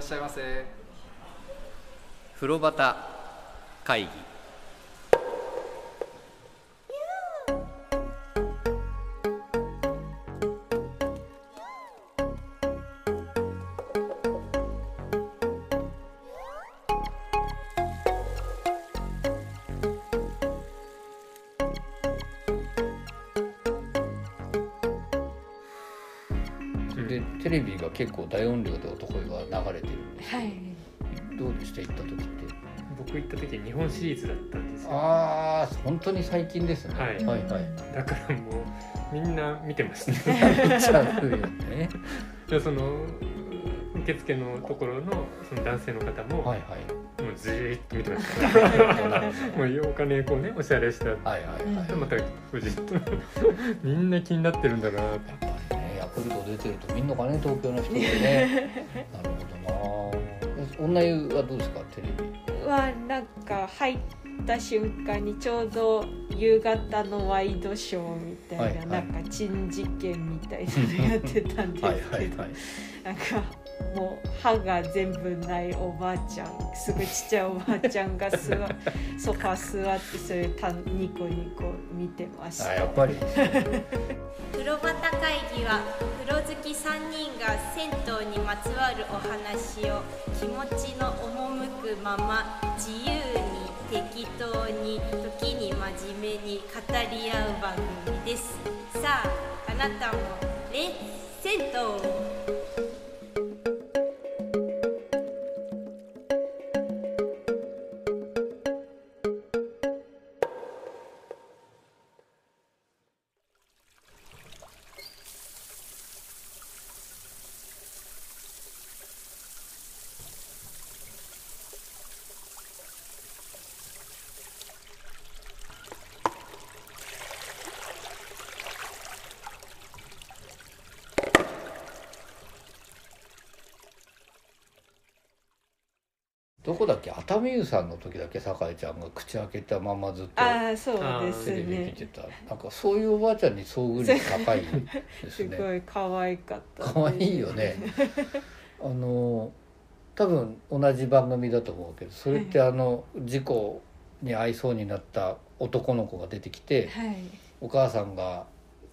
しゃいませ風呂端会議でテレビが結構大音量で男声が流れてるはいどうでした行った時って僕行った時日本シリーズだったんですよああ本当に最近ですね、はいはいはい だからもうみんな見てましたじゃあそうよねでその受付のところのその男性の方も、はいはいもうずーっと見てましたもうお金こうねおしゃれしたはいはいはい、また夫人とみんな気になってるんだなってやっぱりねヤクルト出てるとみんながね東京の人で ねなるほどな女湯はどうですかテレビはなんか入った瞬間にちょうど夕方のワイドショーみたいな、はいはいなんか珍事件みたいなのやってたんですけどはいなんかもう歯が全部ないおばあちゃんすぐちっちゃいおばあちゃんが 座ソファ座ってそれたニコニコ見てましたあやっぱり風呂端会議は風呂好き3人が銭湯にまつわるお話を気持ちの赴くまま自由に適当に時に真面目に語り合う番組ですさああなたもレッツ銭湯をどこだっけ熱海湯さんの時だっけ酒井ちゃんが口開けたままずっとああそうですテレビ見ねてた、なんかそういうおばあちゃんに遭遇率高いですす ねごい可愛かったです可愛いよ ねあの多分同じ番組だと思うけどそれってあの事故に遭いそうになった男の子が出てきてはいお母さんが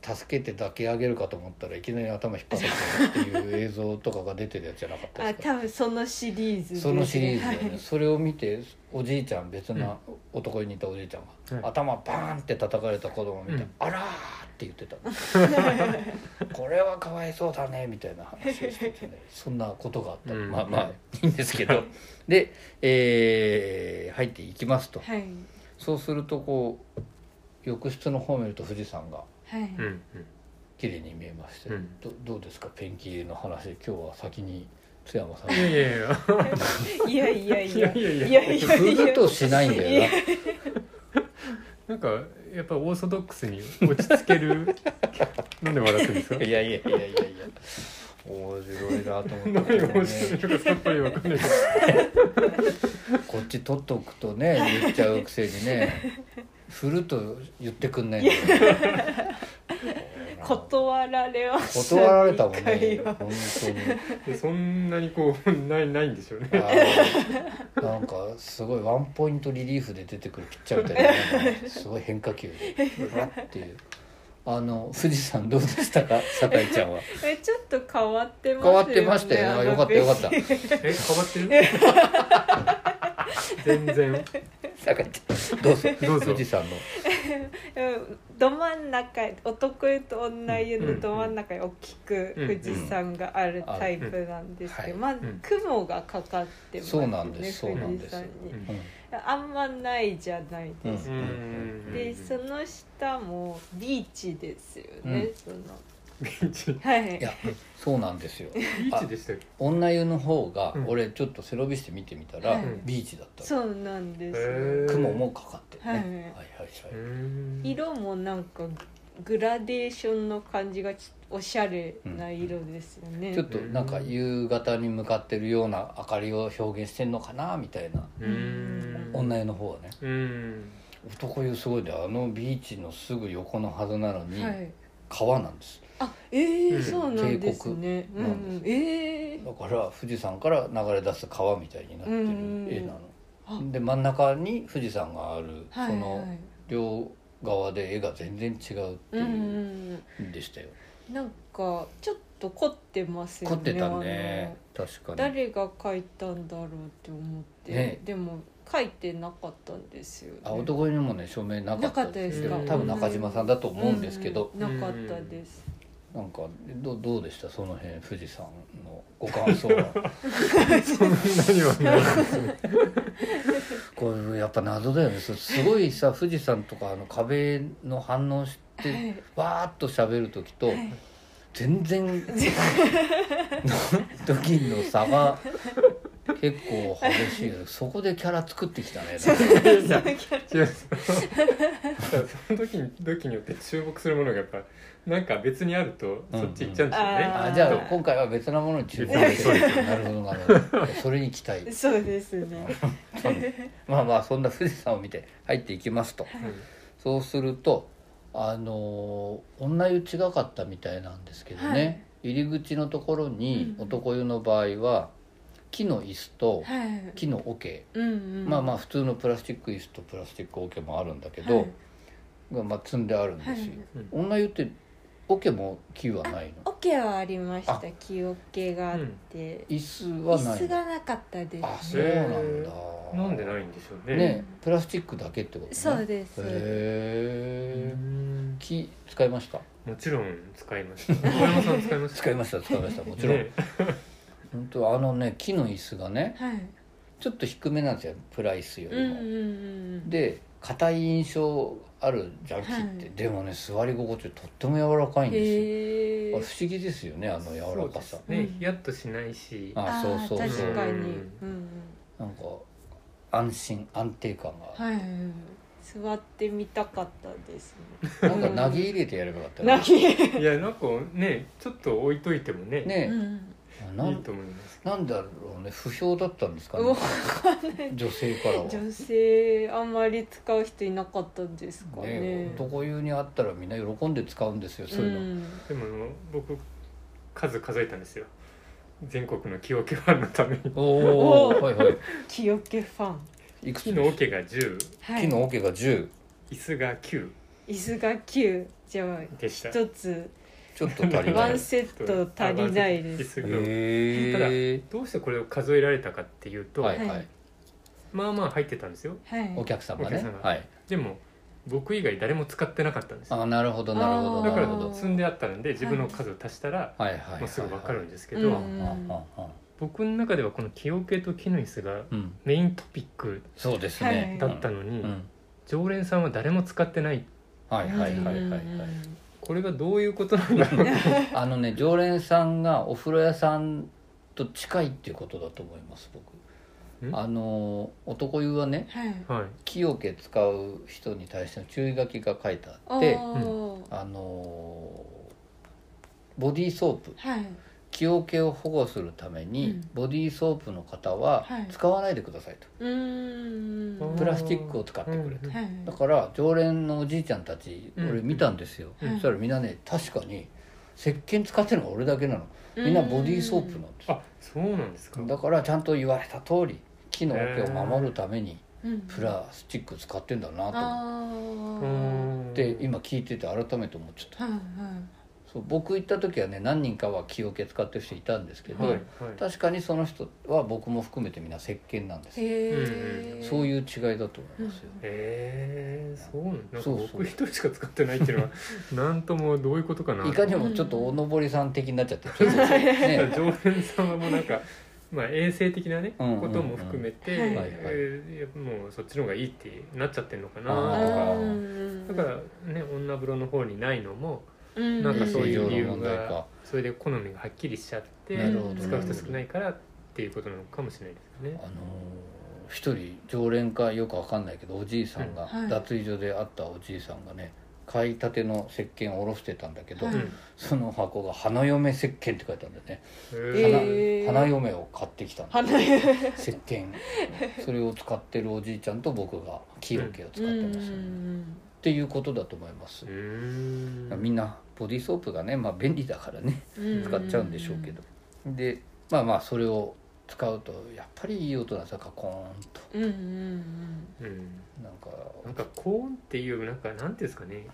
助けて抱き上げるかと思ったらいきなり頭引っ張ってくるっていう映像とかが出てるやつじゃなかったあですか多分そのシリーズですそねのシリーズだよね、はいそれを見ておじいちゃん別な男に似たおじいちゃんが、はい頭バーンって叩かれた子供を見て「うんあら!」って言ってた これはかわいそうだねみたいな話をしててねそんなことがあった、うんまあまあいいんですけどで、えー入っていきますとはいそうするとこう浴室の方を見ると富士山がはい、うんうん綺麗に見えまして、うんどどうですかペンキの話今日は先に津山 さんいやいやいやいやいやいいやいやいやや いやいやふいやるとしないんだよななんかやっぱオーソドックスに落ち着けるなんで笑ってるんですかいやいやいやいやいや面白いなと思何っがて、面白いのかさっぱりわかんないけどこっち取っとくとね言っちゃうくせにね振ると言ってくんないんだ よ断られました断られたもん一ね回本は当にでそんなにこうないないんでしょうねあーなんかすごいワンポイントリリーフで出てくるピッチャーみたいな、すごい変化球でうわっていうあの富士山どうでしたか酒井ちゃんはえちょっと変わってます変わってましたよねあよかったよかったえ変わってる全然酒井ちゃんどうぞどうぞ富士山のうんど真ん中男湯と女湯のど真ん中に大きくうん富士山があるタイプなんですけど、うんまあん雲がかかってますねそうなんですそうなんです富士山にうんうんあんまないじゃないですうか、んでその下もビーチですよね、うんそのビーチはいいやそうなんですよビーチでしたっけ女湯の方が、うん俺ちょっと背伸びして見てみたら、はいビーチだったそうなんですよ、へー雲もかかってね、はいはいはいはい、色もなんかグラデーションの感じがちおしゃれな色ですよね、ちょっとなんか夕方に向かってるような明かりを表現してんのかなみたいなうーん女湯の方はねうん男湯すごいであのビーチのすぐ横のはずなのに、はい川なんですあええうんそうなんですね、う渓ん谷なんうん、ええだから富士山から流れ出す川みたいになってうんうんうんる絵なの。で真ん中に富士山がある、はいそはの両側で絵が全然違うってい、うんういうんんでしたよ。うん、なんかちょっと凝ってますよ凝ねってたね確あのかに。誰が描いたんだろうって思って、ねでも描いてなかったんですよ、ね、あ男にもね署名なかったけどなかったですか多分中島さんだと思うんですけど、うんうんなかったです、なんかどどうでしたその辺富士山のご感想はそんなにはないですね これやっぱ謎だよねそうすごいさ富士山とかあの壁の反応して、はいわーっと喋る時と、はい全 然時の差が結構激しいよそこでキャラ作ってきたねなんかいや違うその時に時によって注目するものがやっぱなんか別にあるとそっち行っちゃうんですよね、うんうんあーじゃあ今回は別なものに注目してそうですなるほどなるほどそれに期 待そうですねまあまあそんな富士山を見て入っていきますとそうするとあのー女湯違かったみたいなんですけどね、入り口のところにうん男湯の場合は木の椅子と はい木の桶、うんうんまあまあ普通のプラスチック椅子とプラスチック桶もあるんだけど、がまあ積んであるんですよ、はい女湯って桶も木はないのオケはありましたあ木オケがあって、椅子は椅ない子のがなかったであすそうなんだうんなんでないんでしょうねねプラスチックだけってことねそうです、へえうん木使いましたもちろん使いま した小山さん使いました使いました使いま したもちろん、ね本当あのね木の椅子がねはいちょっと低めなんですよプライスようんりうも、んうんで硬い印象あるじゃん木って、はいでもね座り心地とっても柔らかいんですよへえあれ不思議ですよねあの柔らかさそうですねヒヤッとしないしあそうそうあーそう確かに、うんうんうん、なんか安心安定感が、はい座ってみたかったですねなんか投げ入れてやればよかったなねぎいやなんかねちょっと置いといてもねねうんないいんと思いますなんだろうね不評だったんですかねうわ女性からは。女性あんまり使う人いなかったんですかねね、男湯にあったらみんな喜んで使うんですよそういうの、ん、でもあの僕数数えたんですよ全国の木桶ファンのためにおおーおはい は木桶ファン、いいくつ木の桶が10は木の桶が10椅子が9椅子が9じゃあでした一つちょっと足 りワなンいセット足りないです椅子がへえどうしてこれを数えられたかっていうと、はいはい、はいまあまあ入ってたんですよはいお客様ねお客様はいでも僕以外誰も使ってなかったんですよあなるほどなるほどだかなるらほどあー積んであったので自分の数を足したら、はいはいはい、はい、もうすぐ分かるんですけど、うん僕の中ではこの木桶と木の椅子がうんメイントピックそうですね、だったのに、うん、常連さんは誰も使ってないはいはいはいはいはいこれがどういうことなんだろうあのね常連さんがお風呂屋さんと近いっていうことだと思いますん僕あの男湯はねはいはい木桶使う人に対しての注意書きが書いてあおってーあのボディーソープはい木桶を保護するために、うんボディーソープの方ははい使わないでくださいと、うーんうんプラスチックを使ってくれと、うんはいだから常連のおじいちゃんたちうん俺見たんですよ、うんそしたらみんなね確かに石鹸使ってるのが俺だけなのみんなボディーソープなんですあそうなんですかだからちゃんと言われた通り木の桶を守るためにうんプラスチック使ってんだなと思あうーーんって今聞いてて改めて思っちゃったはいはそう僕行った時はね何人かは木桶使ってる人いたんですけど、はいはい確かにその人は僕も含めてみんな石鹸なんですいへうんえそうういう違いだと思いますよ、えー、そうなんなんかそうそう僕一人しか使ってないって いうのはなんともどういうことかないかにもちょっとおのぼりさん的になっちゃってちょっとね常連様もなんかまあ衛生的なね、うんことも含めて、はいえーもうそっちの方がいいってなっちゃってるのかあなーとあかーだからね女風呂の方にないのもらなんかそういう理理由由がの問題かそれで好みがはっきりしちゃってなるほど使う人少ないからっていうことなのかもしれないですよあね。のー一人常連かよくわかんないけどおじいさんが、はい脱衣所で会ったおじいさんがね買いたての石鹸をおろしてたんだけど、はいうんその箱が「花嫁石鹸って書いてあるんだよね、へ花えー花嫁を買ってきたの花嫁石 鹸それを使ってるおじいちゃんと僕が木桶を使ってます、うんっていうことだと思いますー、う、ーんみんなボディーソープがね、まあ、便利だからねうん使っちゃうんでしょうけど、でまあまあそれを使うとやっぱりいい音なんですよカコーンとうんうんうん、なんかなんか高音っていうなんかなんていうんですかね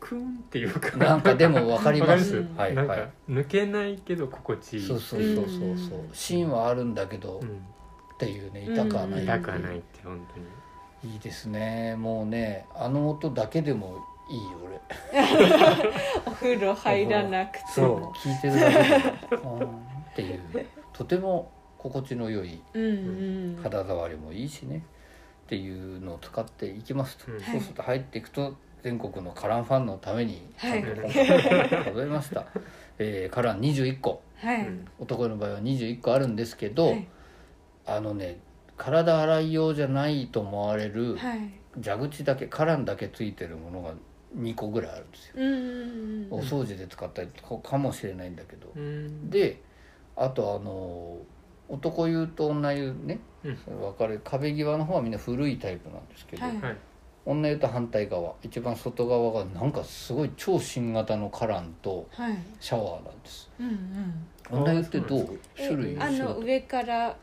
クーンっていうかなんか でも分かりわかまりますすはいなんはかい抜けないけど心地いいそうそうそうそううんそう芯はあるんだけどうっん、ていうね痛くはない痛くはないって本当にいいですねもうねあの音だけでもいい俺お風呂入らなくてそう も聞いてるだけでもうんっていうとても心地の良いうんうん肌触りもいいしねっていうのを使っていきますと、うんそうすると入っていくと全国のカランファンのためにちはゃいんと今回数えました、えーカラン21個はういん男の場合は21個あるんですけど、はいあのね体洗い用じゃないと思われるはい蛇口だけカランだけついてるものが2個ぐらいあるんですよ、うんうんうおん掃除で使ったりとかかもしれないんだけど、うんであとあの男湯と女湯ね、うん分かれ壁際の方はみんな古いタイプなんですけど、はいはい女湯と反対側一番外側がなんかすごい超新型のカランとはいシャワーなんですうんうんあ女湯ってどそううなんえ種類あ種の類上から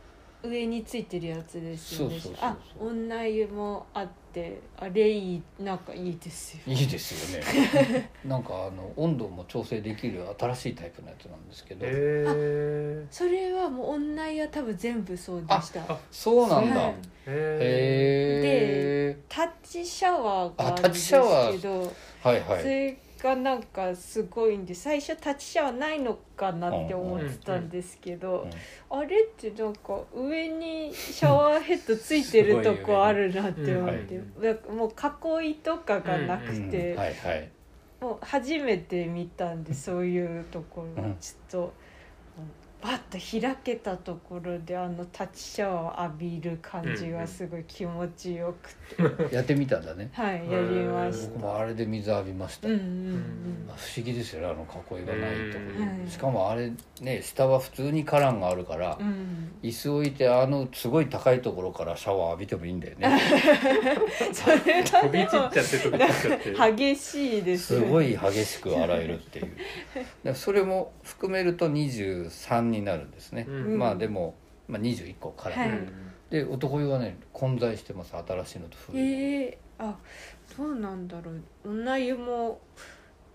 上についてるやつですよねそうそうそうそうあ女湯もあってあレイなんかいいですよいいですよねなんかあの温度も調整できる新しいタイプのやつなんですけど、えそれはもう女湯は多分全部そうでしたあそうー、なんだ、はいへええタッチシャワーがあるんあタでッチすシャワーけどはいはそいれがなんかすごいんで最初タッチシャワーないのかなって思ってたんですけど、あれってなんか上にシャワーヘッドついてるとこあるなって思って、うんなんかもう囲いとかがなくて、うんはいはいもう初めて見たんでそういうところ、うんちょっとバッと開けたところであのタッチシャワーを浴びる感じがすごい気持ちよくて、やってみたんだねはいやりまし僕た。もあれで水浴びました、うんうんまあ不思議ですよねあの囲いがないとこうんはいしかもあれね下は普通にカランがあるからうん、う、ん椅子置いてあのすごい高いところからシャワー浴びてもいいんだよね それ飛はび散っちゃってで飛び散っちゃ っても激しい ですすよね。ごい激しく洗えるっていう だからそれも含めると23になるんですね、うんまあでも、まあ、21個から、はういんで男湯はね混在してます新しいのと古いの、ええあどうなんだろう女湯も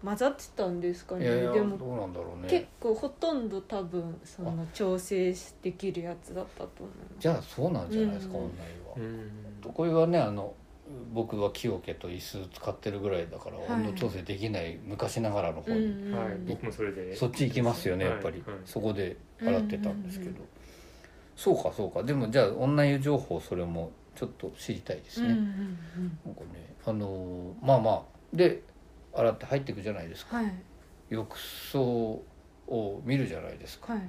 混ざってたんですかねいやいやでどもうなんだろう結ね構ほとんど多分その調整できるやつだったと思いますじゃあそうなんじゃないですか、うん女湯はう、とこれはねあの僕は木桶と椅子使ってるぐらいだからはい温度調整できない昔ながらの方うんに、うんんはい僕もそれでそっち行きますよねはいやっぱり、はいそこで洗ってたんですけど、うんうんそうかそうかでもじゃあ女湯情報それもちょっと知りたいですね、うんうんうんなんかねあのーまあまあで洗って入っていくじゃないですかはい浴槽を見るじゃないですかは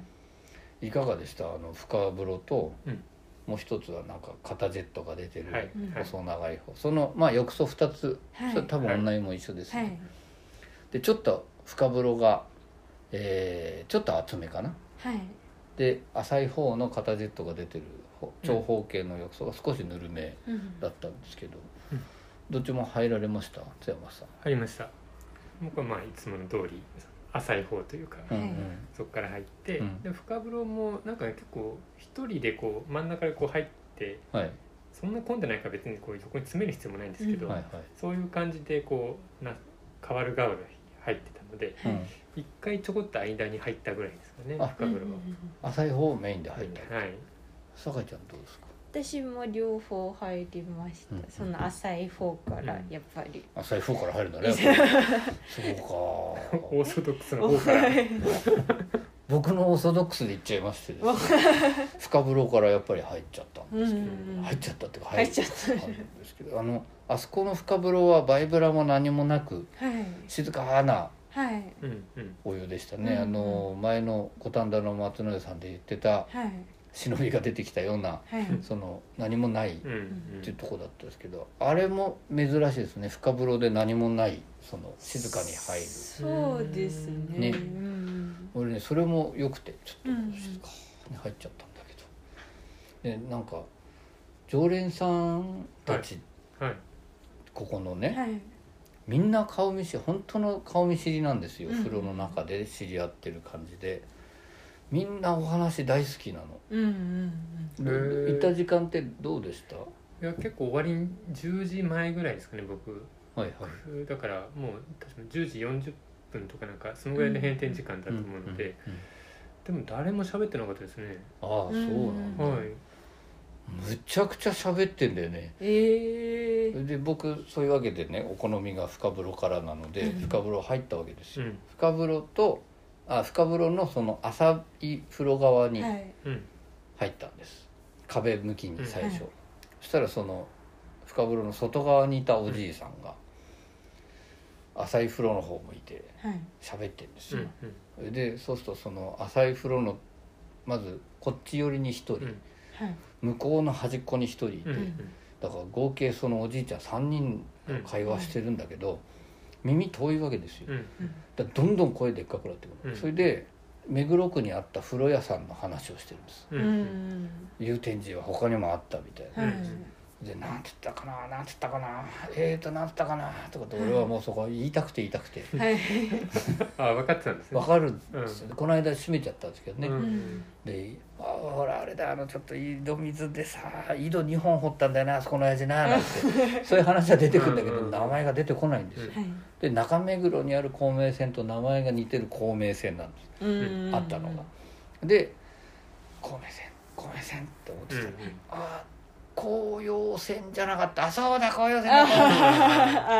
いいかがでしたあの深風呂と、うんもう一つはなんか肩ジェットが出てる、はいはい細長い方そのまあ浴槽2つはいそれ多分はい女湯も一緒ですね、はいでちょっと深風呂が、えーちょっと厚めかなはいで浅い方の肩ジェットが出てる方長方形の浴槽が少しぬるめうんだったんですけど、うんどっちも入られました津山さん、入りました僕はまあいつもの通り浅い方というか、はいうんそこから入って、うんで深風呂もなんか結構一人でこう真ん中でこう入ってうん、はいそんな混んでないから別にこう横に詰める必要もないんですけど、うんはいはい、そういう感じでこうな変わる変わる入ってたのではいうん一回ちょこっと間に入ったぐらいですかねあ深風呂うんうはんうん浅い方をメインで入った、はい酒井ちゃんどうですか私も両方入りましうんたその浅い方からやっぱり浅い方から入るん だねそうオかーソドックスの方からはい僕のオーソドックスで行っちゃいましてですね わ深風呂からやっぱり入っちゃったんうんですうけど、ん入っちゃったっていうか入っちゃっあるんですけどあのあそこの深風呂はバイブラも何もなくたはい静かなはいうんうんお湯でしたね、うんあの前の五反田の松野屋さんで言ってたはい忍びが出てきたようなはいその何もないっうんうんていうとこだったんですけどあれも珍しいですね深風呂で何もないその静かに入るそうですねねうん俺ねそれも良くてちょうっんと静かに入っちゃったんだけどでなんか常連さんたち、はいここのうねん、はいみんな顔見知り本当の顔見知りなんですよ、うん風呂の中で知り合ってる感じでみんなお話大好きなのうんうんへー行った時間ってどうでしたいや結構終わりに10時前ぐらいですかね僕はいはいだからもう確かに10時40分とかなんかそのぐらいの閉店時間だと思うので、うんうんでも誰も喋ってなかったですね、ああそうなんだ、はいむちゃくちゃ喋ってんだよねええで僕そういうわけでねお好みが深風呂からなのでうん深風呂入ったわけですうよ、ん深風呂とあ深風呂のその浅い風呂側にはいうん入ったんです壁向きに最初、うんそしたらその深風呂の外側にいたおじいさんが浅い風呂の方向いてはい喋ってるんですうんよ、でそうするとその浅い風呂のまずこっち寄りに1人、うんうんはい向こうの端っこに1人いて、うんだから合計そのおじいちゃん3人うん会話してるんだけど、耳遠いわけですよ、うんだからどんどん声でっかくなってくる、うんそれで目黒区にあった風呂屋さんの話をしてるんですうんううんん祐天寺は他にもあったみたいなはいでなんて言ったかななんて言ったかなえーとなんて言ったかなとかって俺はもうそこ言いたくて言いたくてはいあ分かってたんですねわかるんですよねこの間閉めちゃったんですけどね、うんうんで「あーほらあれだあのちょっと井戸水でさ井戸2本掘ったんだよなあそこの親父な」 なんてそういう話は出てくるんだけどうん名前が出てこないんですよはいで中目黒にある孔明線と名前が似てる孔明線なんですうんあったのがで孔明線孔明線って思ってたら、ああ紅葉線じゃなかったあそうだ紅葉線だった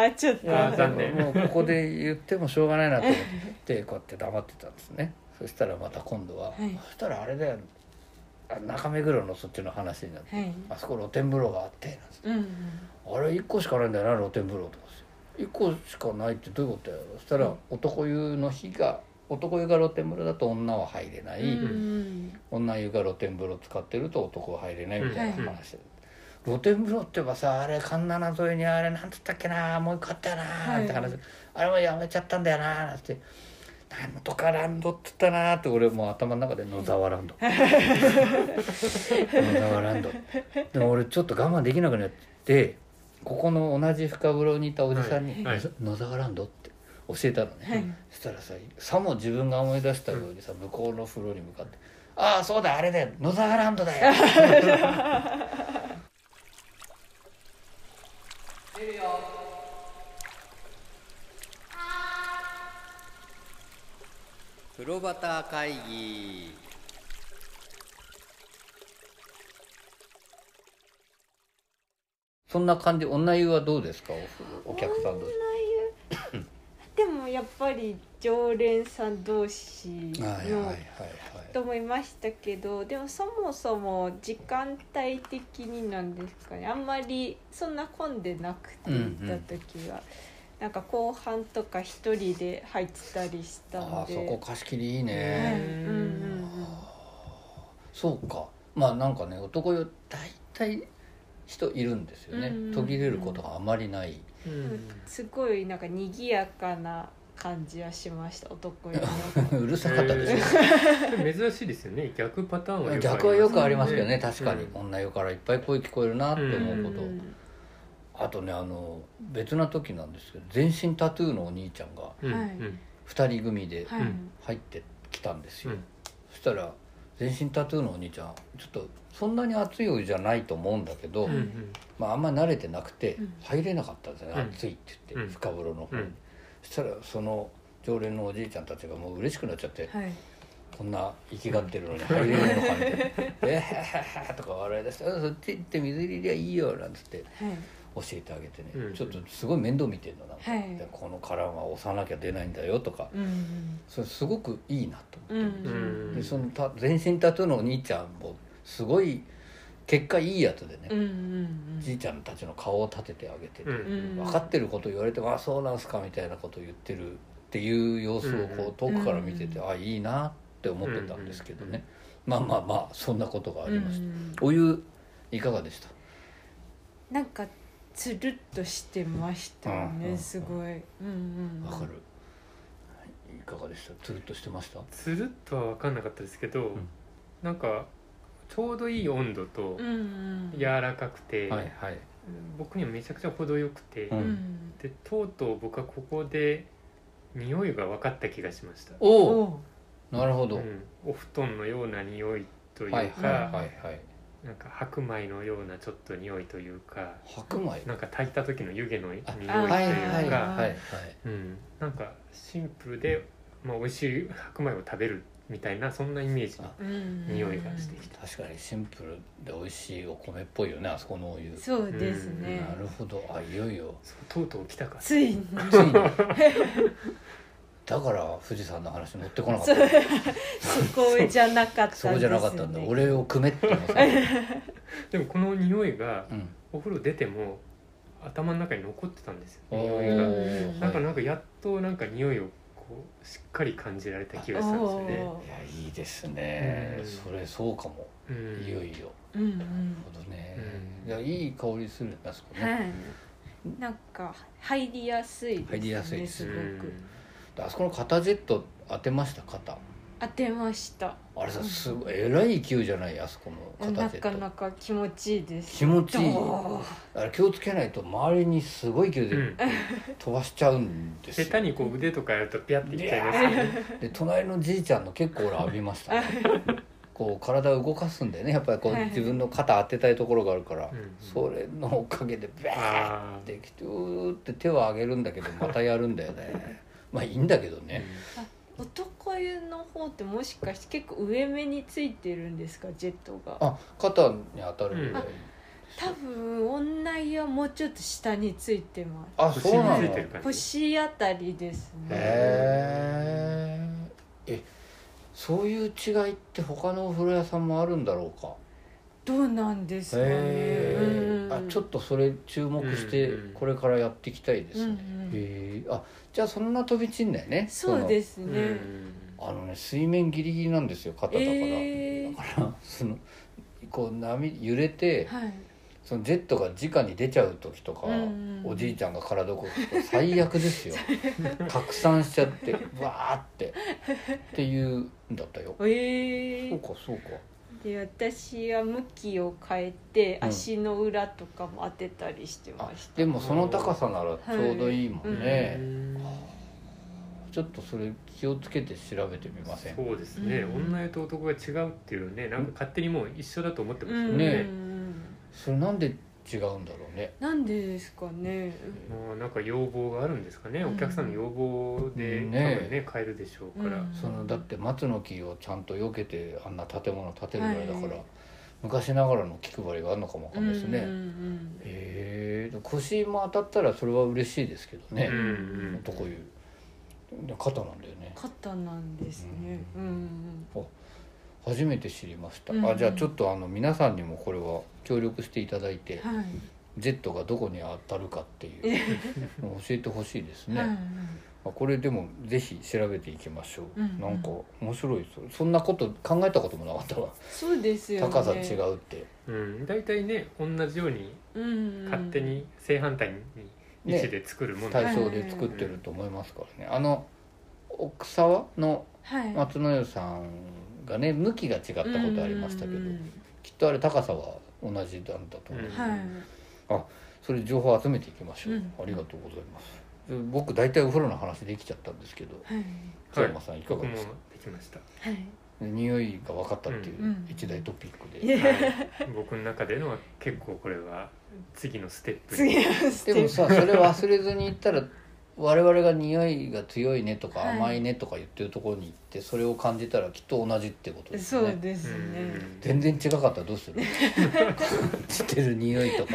ああちょっとあー残念もうここで言ってもしょうがないなと思ってこうやって黙ってたんですねそしたらまた今度は、はいそしたらあれだよあ中目黒のそっちの話になって、はいあそこ露天風呂があってなんつってうんうんあれ1個しかないんだよな露天風呂とかですよ1個しかないってどういうことやろそしたら男湯の日が男湯が露天風呂だと女は入れない、うん女湯が露天風呂使ってると男は入れないみたいな話、うんはい露天風呂って言えばさあれ環七沿いにあれなんつったっけなもう一個あったよなはいって話、あれもやめちゃったんだよななんてなんとかランドって言ったなって俺もう頭の中で野沢ランド野沢ランドでも俺ちょっと我慢できなくなってここの同じ深風呂にいたおじさんに「はいはい野沢ランド」って教えたのね、はいそしたらささも自分が思い出したようにさ向こうの風呂に向かって「ああそうだあれだよ野沢ランドだよ」プロバター会議そんな感じ女湯はどうですかおお客さんとこんな言うでもやっぱり常連さん同士はいはいはいはのと思いましたけどでもそもそも時間帯的になんですかねあんまりそんな混んでなくてうんう行んった時は、なんか後半とか一人で入ってたりしたいあのあそでこ貸し切りいいはいね、うんうんうんそうかまあなんかね男湯大体人いるんですよね、うんうんうん途切れることがあまりない うんすごいなんか賑やかな感じはしました男湯のうるさかったですよ、えー珍しいですよね逆パターンは 逆はよくありますけどね、うん確かに、うん女湯からいっぱい声聞こえるなって 思うこと、うんあとねあの別な時なんですけど全身タトゥーのお兄ちゃんがうんはいうん2人組ではい、うん入ってきたんですうよ、んそしたら全身タトゥーのお兄ちゃんちょっとそんなに熱いお湯じゃないと思うんだけど、うんうんまあ、あんま慣れてなくてうん入れなかったんですよね、うん暑いって言っうんて深風呂の方うに、んそしたらその常連のおじいちゃんたちがもう嬉しくなっちゃって、はいこんな生きがってるのに入れるのかみたい な「えーとか笑い出して「うんそっち行って水入れりゃいいよ」なんつってはい教えてあげてね、うんちょっとすごい面倒見てるのなんか、はいでこの殻は押さなきゃ出ないんだよとかうんそれすごくいいなとうんう思って、うんんでそのた全身タトゥーのお兄ちゃんもすごい結果いいやつでね、うんうんじいちゃんたちの顔を立ててあげてて、うんうん分かってること言われても「あそうなんすか」みたいなこと言ってるっていう様子をこう遠くから見てて、うあいいなって思ってたんですけどね、まあまあまあそんなことがありました、うんうんお湯いかがでしたなんかつるっとしてましたようんうんねすごいうんうんわかるいかがでしたつるっとしてましたつるっとは分かんなかったですけど、んなんかちょうどいい温度とうんうん柔らかくて、はいはい僕にはめちゃくちゃ程よくて、うんうんでとうとう僕はここで匂いが分かった気がしましたおおおなるほど、うんお布団のような匂いというか、はいはいはいはいなんか白米のようなちょっと匂いというか白米なんか炊いた時の湯気の匂いというはいはいか、はいははいいうん、なんかシンプルで、まあ、美味しい白米を食べるみたいなそんなイメージの匂いがしてきた、確かにシンプルで美味しいお米っぽいよねあそこのお湯そうですねなるほどあいよいよそうとうとう来たかついについに だから富士山の話持ってこなかったそうそこじゃなかったんです そこじゃなかったんだね俺をくめってますねでもこの匂いがうんお風呂出ても頭の中に残ってたんですよお匂いがーなんかはいなんかやっとなんか匂いをこうしっかり感じられた気がしたんですよね、おいーやいいですねうんそれそうかもうん、いよいようんうんなるほどねうんいやいい香りするねあそこねはいなんか入りやすいですね入りやすいですごくあそこの肩ジェット当てました肩当てましたあれさすごいえらい勢いじゃないあそこのな肩ジェかッなトか気持ちいいです気持ちいいおーあれ気をつけないと周りにすごい勢いうんうでん飛ばしちゃうんです下よ手にこう腕とかやるとピャっていっちゃいますよねで隣のじいちゃんの結構俺浴びました、ね、こう体を動かすんだよねやっぱりこうはい自分の肩当てたいところがあるから、うんそれのおかげでベーっあーてきてうーって手を上げるんだけどまたやるんだよねまあいいんだけどね男湯の方ってもしかして結構上目についてるんですかジェットがあ肩に当たるぐらい、うん多分女湯はもうちょっと下についてまあ腰そうなについのてへる感じ腰あたりですねええそういう違いって他のお風呂屋さんもあるんだろうかどうなんですかへね、うえんあちょっとそれ注目してうんうんこれからやっていきたいですね、うんうんへえあじゃあそんな飛び散んだよねそうですすうんね、あのね水面ギリギリなんですよ肩だから、えーだからそのこう波揺れてはいそのジェットが直に出ちゃう時とか、うんうんうんおじいちゃんが体動くと最悪です よ拡散しちゃってわーってっていうんだったよえそうーかそうかで私は向きを変えてうん足の裏とかも当てたりしてあました、でもその高さならちょうどいいもんね、うんちょっとそれ気をつけて調べてみませんそうですね、うん女湯と男が違うっていうねなんか勝手にもう一緒だと思ってますようんねね、それなんで違うんだろうねなんでですかねまあなんか要望があるんですかね、うんお客さんの要望で、うん多分ね変えるでしょうから、うんそのだって松の木をちゃんと避けてあんな建物建てるぐらいだから、はい昔ながらの気配りがあるのかもわかんないですね、うんうんへえ腰も当たったらそれは嬉しいですけどねう、ん男湯で肩なんだよね肩なんですねうんうん初めて知りました、うんあじゃあちょっとあの皆さんにもこれは協力していただいてはい、ジェットがどこに当たるかって いうのを教えてほしいですね、はいはいまあこれでもぜひ調べていきましょう、うんうんなんか面白いそそんなこと考えたこともなかったわ、そうですよね高さ違うってうん大体ね同じようにうんうん勝手に正反対に位置で作るもん体で、操で作ってると思いますからねあの奥沢のはい松之湯さんがね向きが違ったことありましたけど、うんうんきっとあれ高さは同じなんだと思う、うんはいそれ情報集めていきましょう、うんありがとうございますで僕大体お風呂の話できちゃったんですけどはい津山さんいか僕がもですか、できました、はいで匂いが分かったっていううん一大トピックで、いや はい僕の中でのは結構これは次のステップに次のステでッもプさそれ忘れずに言ったら 我々が匂いが強いねとかはい甘いねとか言ってるところに行ってそれを感じたらきっと同じってことですそうねでうすんね。全然違かったらどう する感じてる匂いとか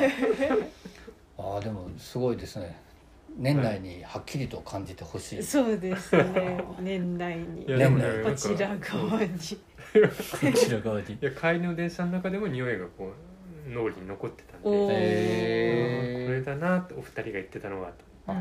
ああでもすごいですね年内にはっきりと感じてほしい、そうで すね。年内にいやでもねねなこんかちら側に。こちら側 にいや帰りの電車の中でも匂いがこう脳裏に残ってたんで、おーこれえだなってお二人が言ってたのはと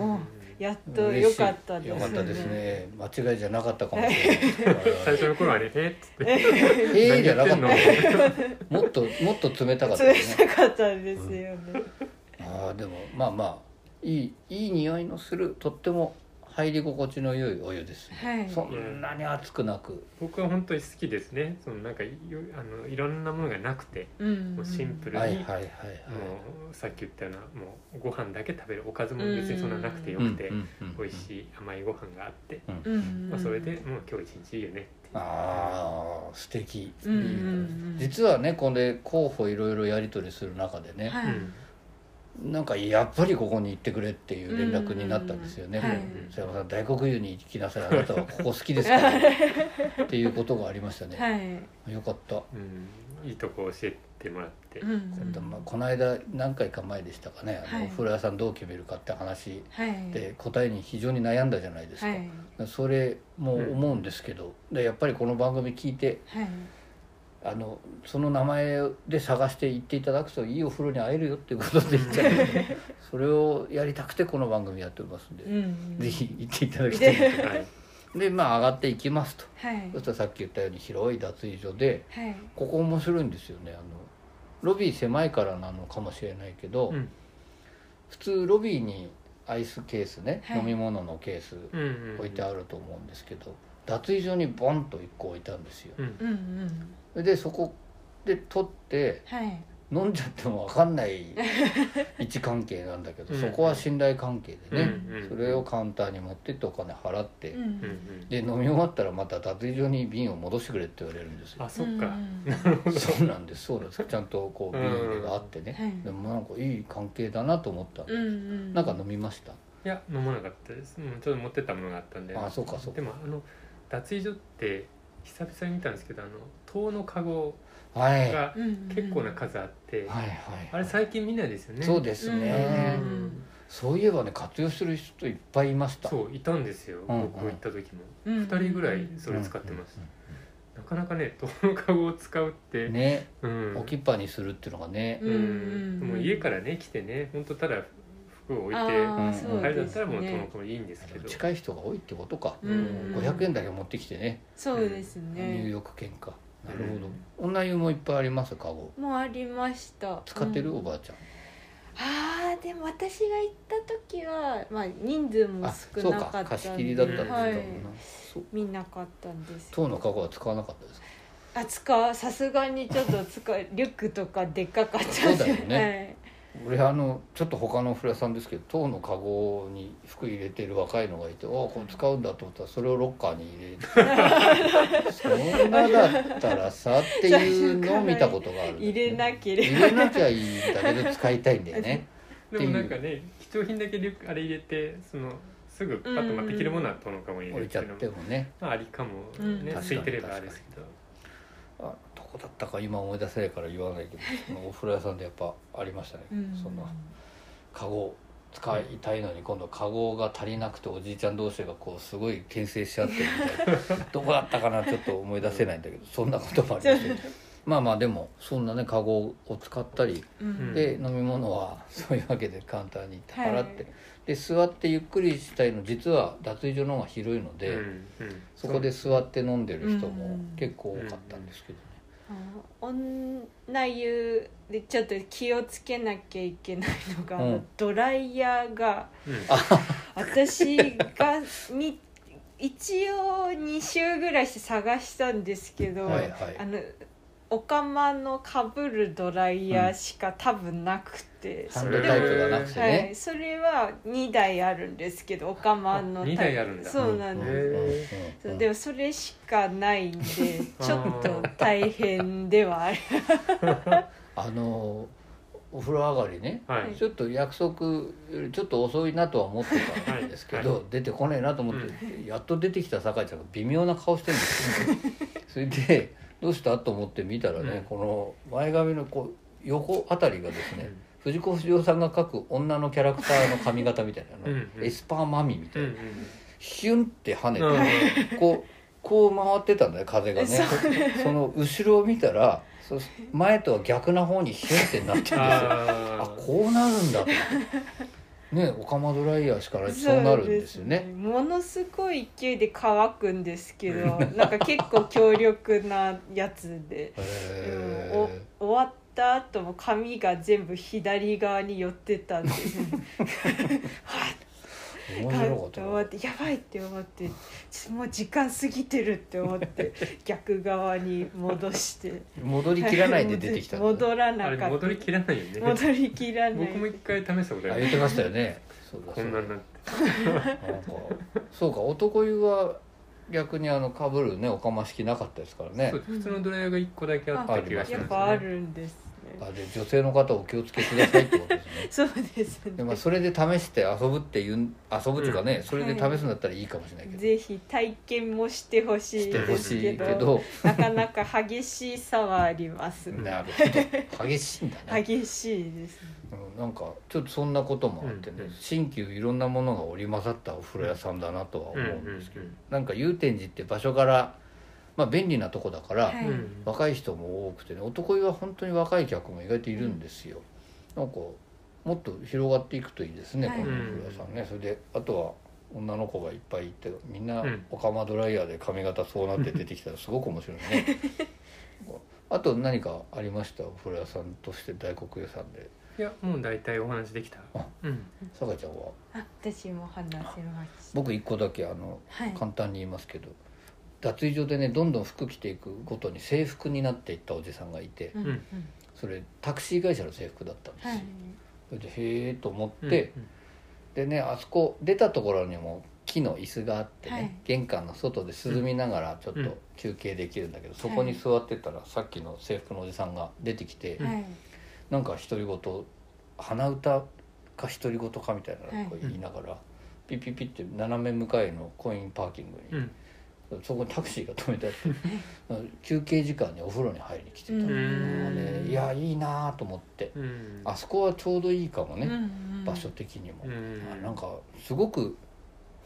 うんうんおやっと嬉良しいかったですね。よかったですね間違いじゃなかったかもしれない 最初の頃はね「えっ?」つって「ええ」じゃなかっ何言ってんのたもっともっと冷たかった冷ですねたかったですよね。ああでもまあまあいいいい匂いのするとっても入り心地の良いお湯です、はいそんなに熱くなく、 僕は本当に好きですねそのなんかいあのいろんなものがなくてうんもうシンプルに、はいはいはいはいもうさっき言ったようなもうご飯だけ食べるおかずも別にそんななくてよくて、美味い、しい甘いご飯があって、うんうんうんまあ、それでもう今日一日いいよねっていうああ素敵うんうんうん実はねこれ候補いろいろやり取りする中でね、はいなんかやっぱりここに行ってくれっていう連絡になったんですよねうんうんうんはい「佐山さん大黒湯に行きなさいあなたはここ好きです から」っていうことがありましたね、はいよかったうん、うん、いいとこ教えてもらって、うんうんまあこの間何回か前でしたかねあの、はいお風呂屋さんどう決めるかって話はいで答えに非常に悩んだじゃないですか、はいそれも思うんですけど、でやっぱりこの番組聞いてはいあのその名前で探して行っていただくといいお風呂に会えるよっていうことで言っ ちゃうのでそれをやりたくてこの番組やっておりますんで、うんぜひ行っていただきたいなはい、とでまあ上がっていきますとはいそしたらさっき言ったように広い脱衣所ではいここ面白いんですよねあのロビー狭いからなのかもしれないけど、うん普通ロビーにアイスケースね、はい飲み物のケースうんうんうん、置いてあると思うんですけど、脱衣所にボンと1個置いたんですようんうんうんでそこで取ってはい飲んじゃっても分かんない 位置関係なんだけど、うんそこは信頼関係でね、うんうんそれをカウンターに持ってってお金払って、うんううんうんんで飲み終わったらまた脱衣所に瓶を戻してくれって言われるんですよあそっか、うんそうなんですそうなんですちゃんとこう瓶入れがあってね、はい でもなんかいい関係だなと思ったんでうす、んうんなんか飲みましたいや飲まなかったですもうちょっと持ってったものがあったんであそうかそうかでもあの脱衣所って久々に見たんですけどあの塔の籠はいはいがうんうん結構な数あって、はいあれ最近見ないですよねそうですね、うんそういえばね活用する人いっぱいいましたそういたんですよ、うんうん僕行った時もうん2人ぐらいそれ使ってます、なかなかね塔の籠を使うって、ね、うん置きっぱにするっていうのがねううんんうんもう家からね来てね本当ただ服を置いてああーうんそうれだでったらすもう塔のね籠いいんですけど近い人が多いってことか、うんうん500円だけ持ってきてねそうです入ね浴券かなるほど、女湯もいっぱいありますカゴもうありました使ってる、うんおばあちゃんあーでも私が行った時は、まあ、人数もあ少そうなかかったんで貸し切りだったんですかはもいんな、そう見なかったんですけど当のカゴは使わなかったですかあ使うさすがにちょっと使うリュックとかでっかかったんでそうだよねね、俺あのちょっと他のお風呂屋さんですけど当のカゴに服入れてる若いのがいて「おおこれ使うんだ」と思ったらそれをロッカーに入れてそんなだったらさっていうのを見たことがある、はい、入れなけれ入れなきゃいいんだけど使いたいん だよねでもなんかね貴重品だけリュックあれ入れてそのすぐパッとまた着るものは殿かも入れ折るれってちゃいっうのもてもねまあありかもうんね確かに空いてればあれですけどあどこだったか今思い出せないから言わないけどそのお風呂屋さんでやっぱありましたね、ば、うんそのカゴ使いたいのに今度カゴが足りなくておじいちゃん同士がこうすごい牽制し合ってるみたいなどこだったかなちょっと思い出せないんだけどそんなこともありましたけどまあまあでもそんなねカゴを使ったりうんで飲み物はそういうわけでカウンターに行って払って、はで座ってゆっくりしたいの実は脱衣所の方が広いので、うんうんそこで座って飲んでる人うもん結構多かったんですけどね、あ女湯でちょっと気をつけなきゃいけないのが、うんドライヤーがうん私がみ一応2週ぐらいして探したんですけど、はいはいあのおかまのかぶるドライヤーしか多分なくて、ハンドタイプがなくてはい、ね、それは2台あるんですけどおかまのあ二台あるんだそうなんへです、えうんうんでもそれしかないんであーちょっと大変ではあるあのお風呂上がりねはいちょっと約束よりちょっと遅いなとは思ってたんですけど、はい出てこねえなと思って、やっと出てきた酒井ちゃんが微妙な顔 してるんですよそれでどうしたと思って見たらね、うんこの前髪のこう横あたりがですね、藤子不二雄さんが描く女のキャラクターの髪型みたいなの、うんうんエスパーマミみたういんな、うんヒュンって跳ねて、 うんこうこう回ってたんだよ風がねそその後ろを見たらそ前とは逆な方にヒュンってなってるんですよあああこうなるん だと思ってねオカマドライヤーしかないとそうなるんですよそうねですものすごい勢いで乾くんですけどなんか結構強力なやつで、へうんお終わった後も髪が全部左側に寄ってたんではっ面白かった思ってやばいって思ってちょもう時間過ぎてるって思って 逆側に戻して戻りきらないで出てきたんだね、戻らなあかっれた戻りきらないよね戻りきらない僕も一回試したことああ言っるてましたよねそうだこそうんだなんなんてなんかそうか男湯は逆にあの被るねおかましきなかったですからねそう普通のドライヤーが一個だけあった気がしやまっすぱあるんですねあで女性の方お気をつけくださいってことですねそうですでねまあそれで試して遊ぶっていうん遊ぶっていうかね、それで試すんだったらいいかもしれないけど、ぜひ体験もしてほしいしてほでしすけいけどどなかなか激しさはありますなるほど激しいんだね、激しいですねうんなんかちょっとそんなこともあってね、うんうん新旧いろんなものが織り交ざったお風呂屋さんだなとは思ううんうんんうですけど、んなんか祐天寺って場所から、まあ、便利なとこだから、はいうん若い人も多くてね男湯は本当に若い客も意外といるんですよ、なんかもっと広がっていくといいですね、はいこのお風呂屋さんねそれであとは女の子がいっぱいいてみんなうんおかまドライヤーで髪型そうなって出てきたらすごく面白いね あと何かありましたお風呂屋さんとして大黒屋さんでいやもう大体お話できたあうんさかちゃんはあ私も話せました僕一個だけあのはい簡単に言いますけど脱衣所でねどんどん服着ていくごとに制服になっていったおじさんがいてうんうんそれタクシー会社の制服だったんですよ、はいそれでへえと思うっんて、でねあそこ出たところにも木の椅子があってね、はい玄関の外で涼みながらちょっとうん休憩できるんだけど、そこに座ってたらさっきの制服のおじさんが出てきて、はいなんか独り言鼻歌か独り言かみたいなのをこうはい言いながら、ピッピッピッって斜め向かいのコインパーキングに、うんそこにタクシーが止めてあって休憩時間にお風呂に入りきてたのがね、うんいやいいなと思って、うんあそこはちょうどいいかもね、うんうん場所的にも。うんあなんかすごく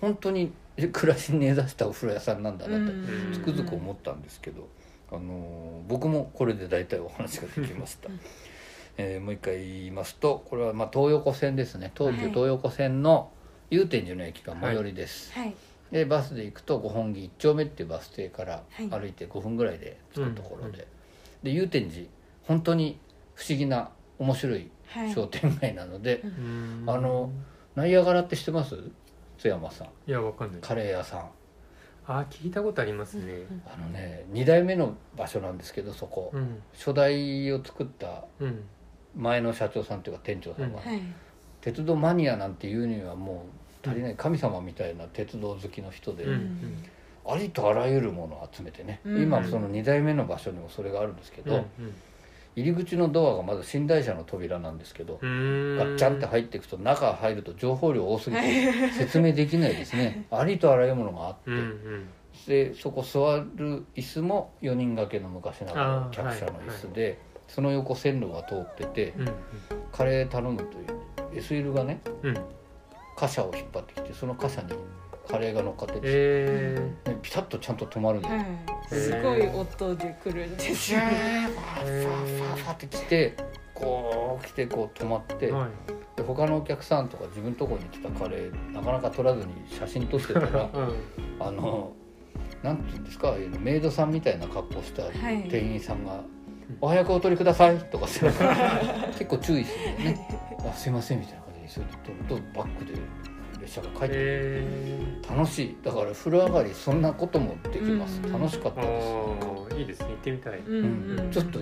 本当に 暮らしに根ざしたお風呂屋さんなんだなとうんつくづく思ったんですけど、あのー僕もこれで大体お話ができましたうん。 えーもう一回言いますとこれはまあ東横線ですね東急はい東横線の祐天寺の駅が最寄りです、はいでバスで行くと五本木一丁目っていうバス停からはい歩いて5分ぐらいで着くところうんで、で祐天寺本当に不思議な面白いはい商店街なので、うんあのナイアガラって知ってます津山さんいやわかんないカレー屋さんあ聞いたことありますねあのね2代目の場所なんですけどそこ、うん初代を作ったうん前の社長さんというか店長さんが、はい鉄道マニアなんていうにはもう足りない神様みたいな鉄道好きの人で、うんありとあらゆるものを集めてね、うん今その2代目の場所にもそれがあるんですけうんうど、ん入り口のドアがまず寝台車の扉なんですけど、うんガッチャンって入っていくと中入ると情報量多すぎ て説明できないですねありとあらゆるものがあって、うんうんでそこ座る椅子も4人掛けの昔ながらのあー客車の椅子で、その横線路が通ってて、うんカレー頼むという SL がねうん貨車を引っ張ってきてその貨車にカレーが乗っかってて、えーねピタッとちゃんと止まるんで、はいすごい音で来るんですシよューファーファーファーファーって来てこう来てこう止まって、はいで他のお客さんとか自分とこに来たカレーなかなか撮らずに写真撮ってたら うあのなんて言うんですかああいうのメイドさんみたいな格好したはい店員さんが「お早くお取りください」とかして結構注意するんだよね「あすいません」みたいな感じで急いで撮るとバックで列車が帰ってくる、え楽しいだから風呂上がりそんなこともできますうん楽しかったですなんかーああいいですね行ってみたいうんうんうんちょっと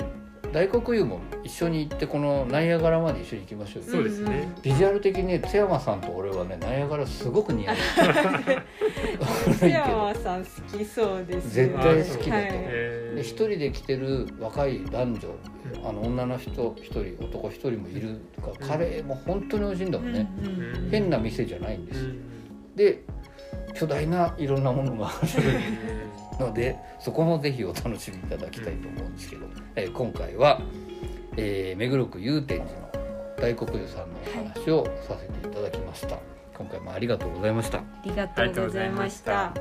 大黒湯も一緒に行ってこのナイアガラまで一緒に行きましょうよそうですねビジュアル的に津山さんと俺はねナイアガラすごく似合う 津山さん好きそうですよね絶対好きだとはい思うえーで一人で来てる若い男女うんあの女の人一人男一人もいるとか、カレーも本当に美味しいんだもんね、うんうんうん変な店じゃないんでうす、んで巨大ないろんなものがあるのでそこもぜひお楽しみいただきたいと思うんですけど、えー今回は、えー目黒区祐天寺の大黒湯さんのお話をさせていただきました今回もありがとうございましたありがとうございました。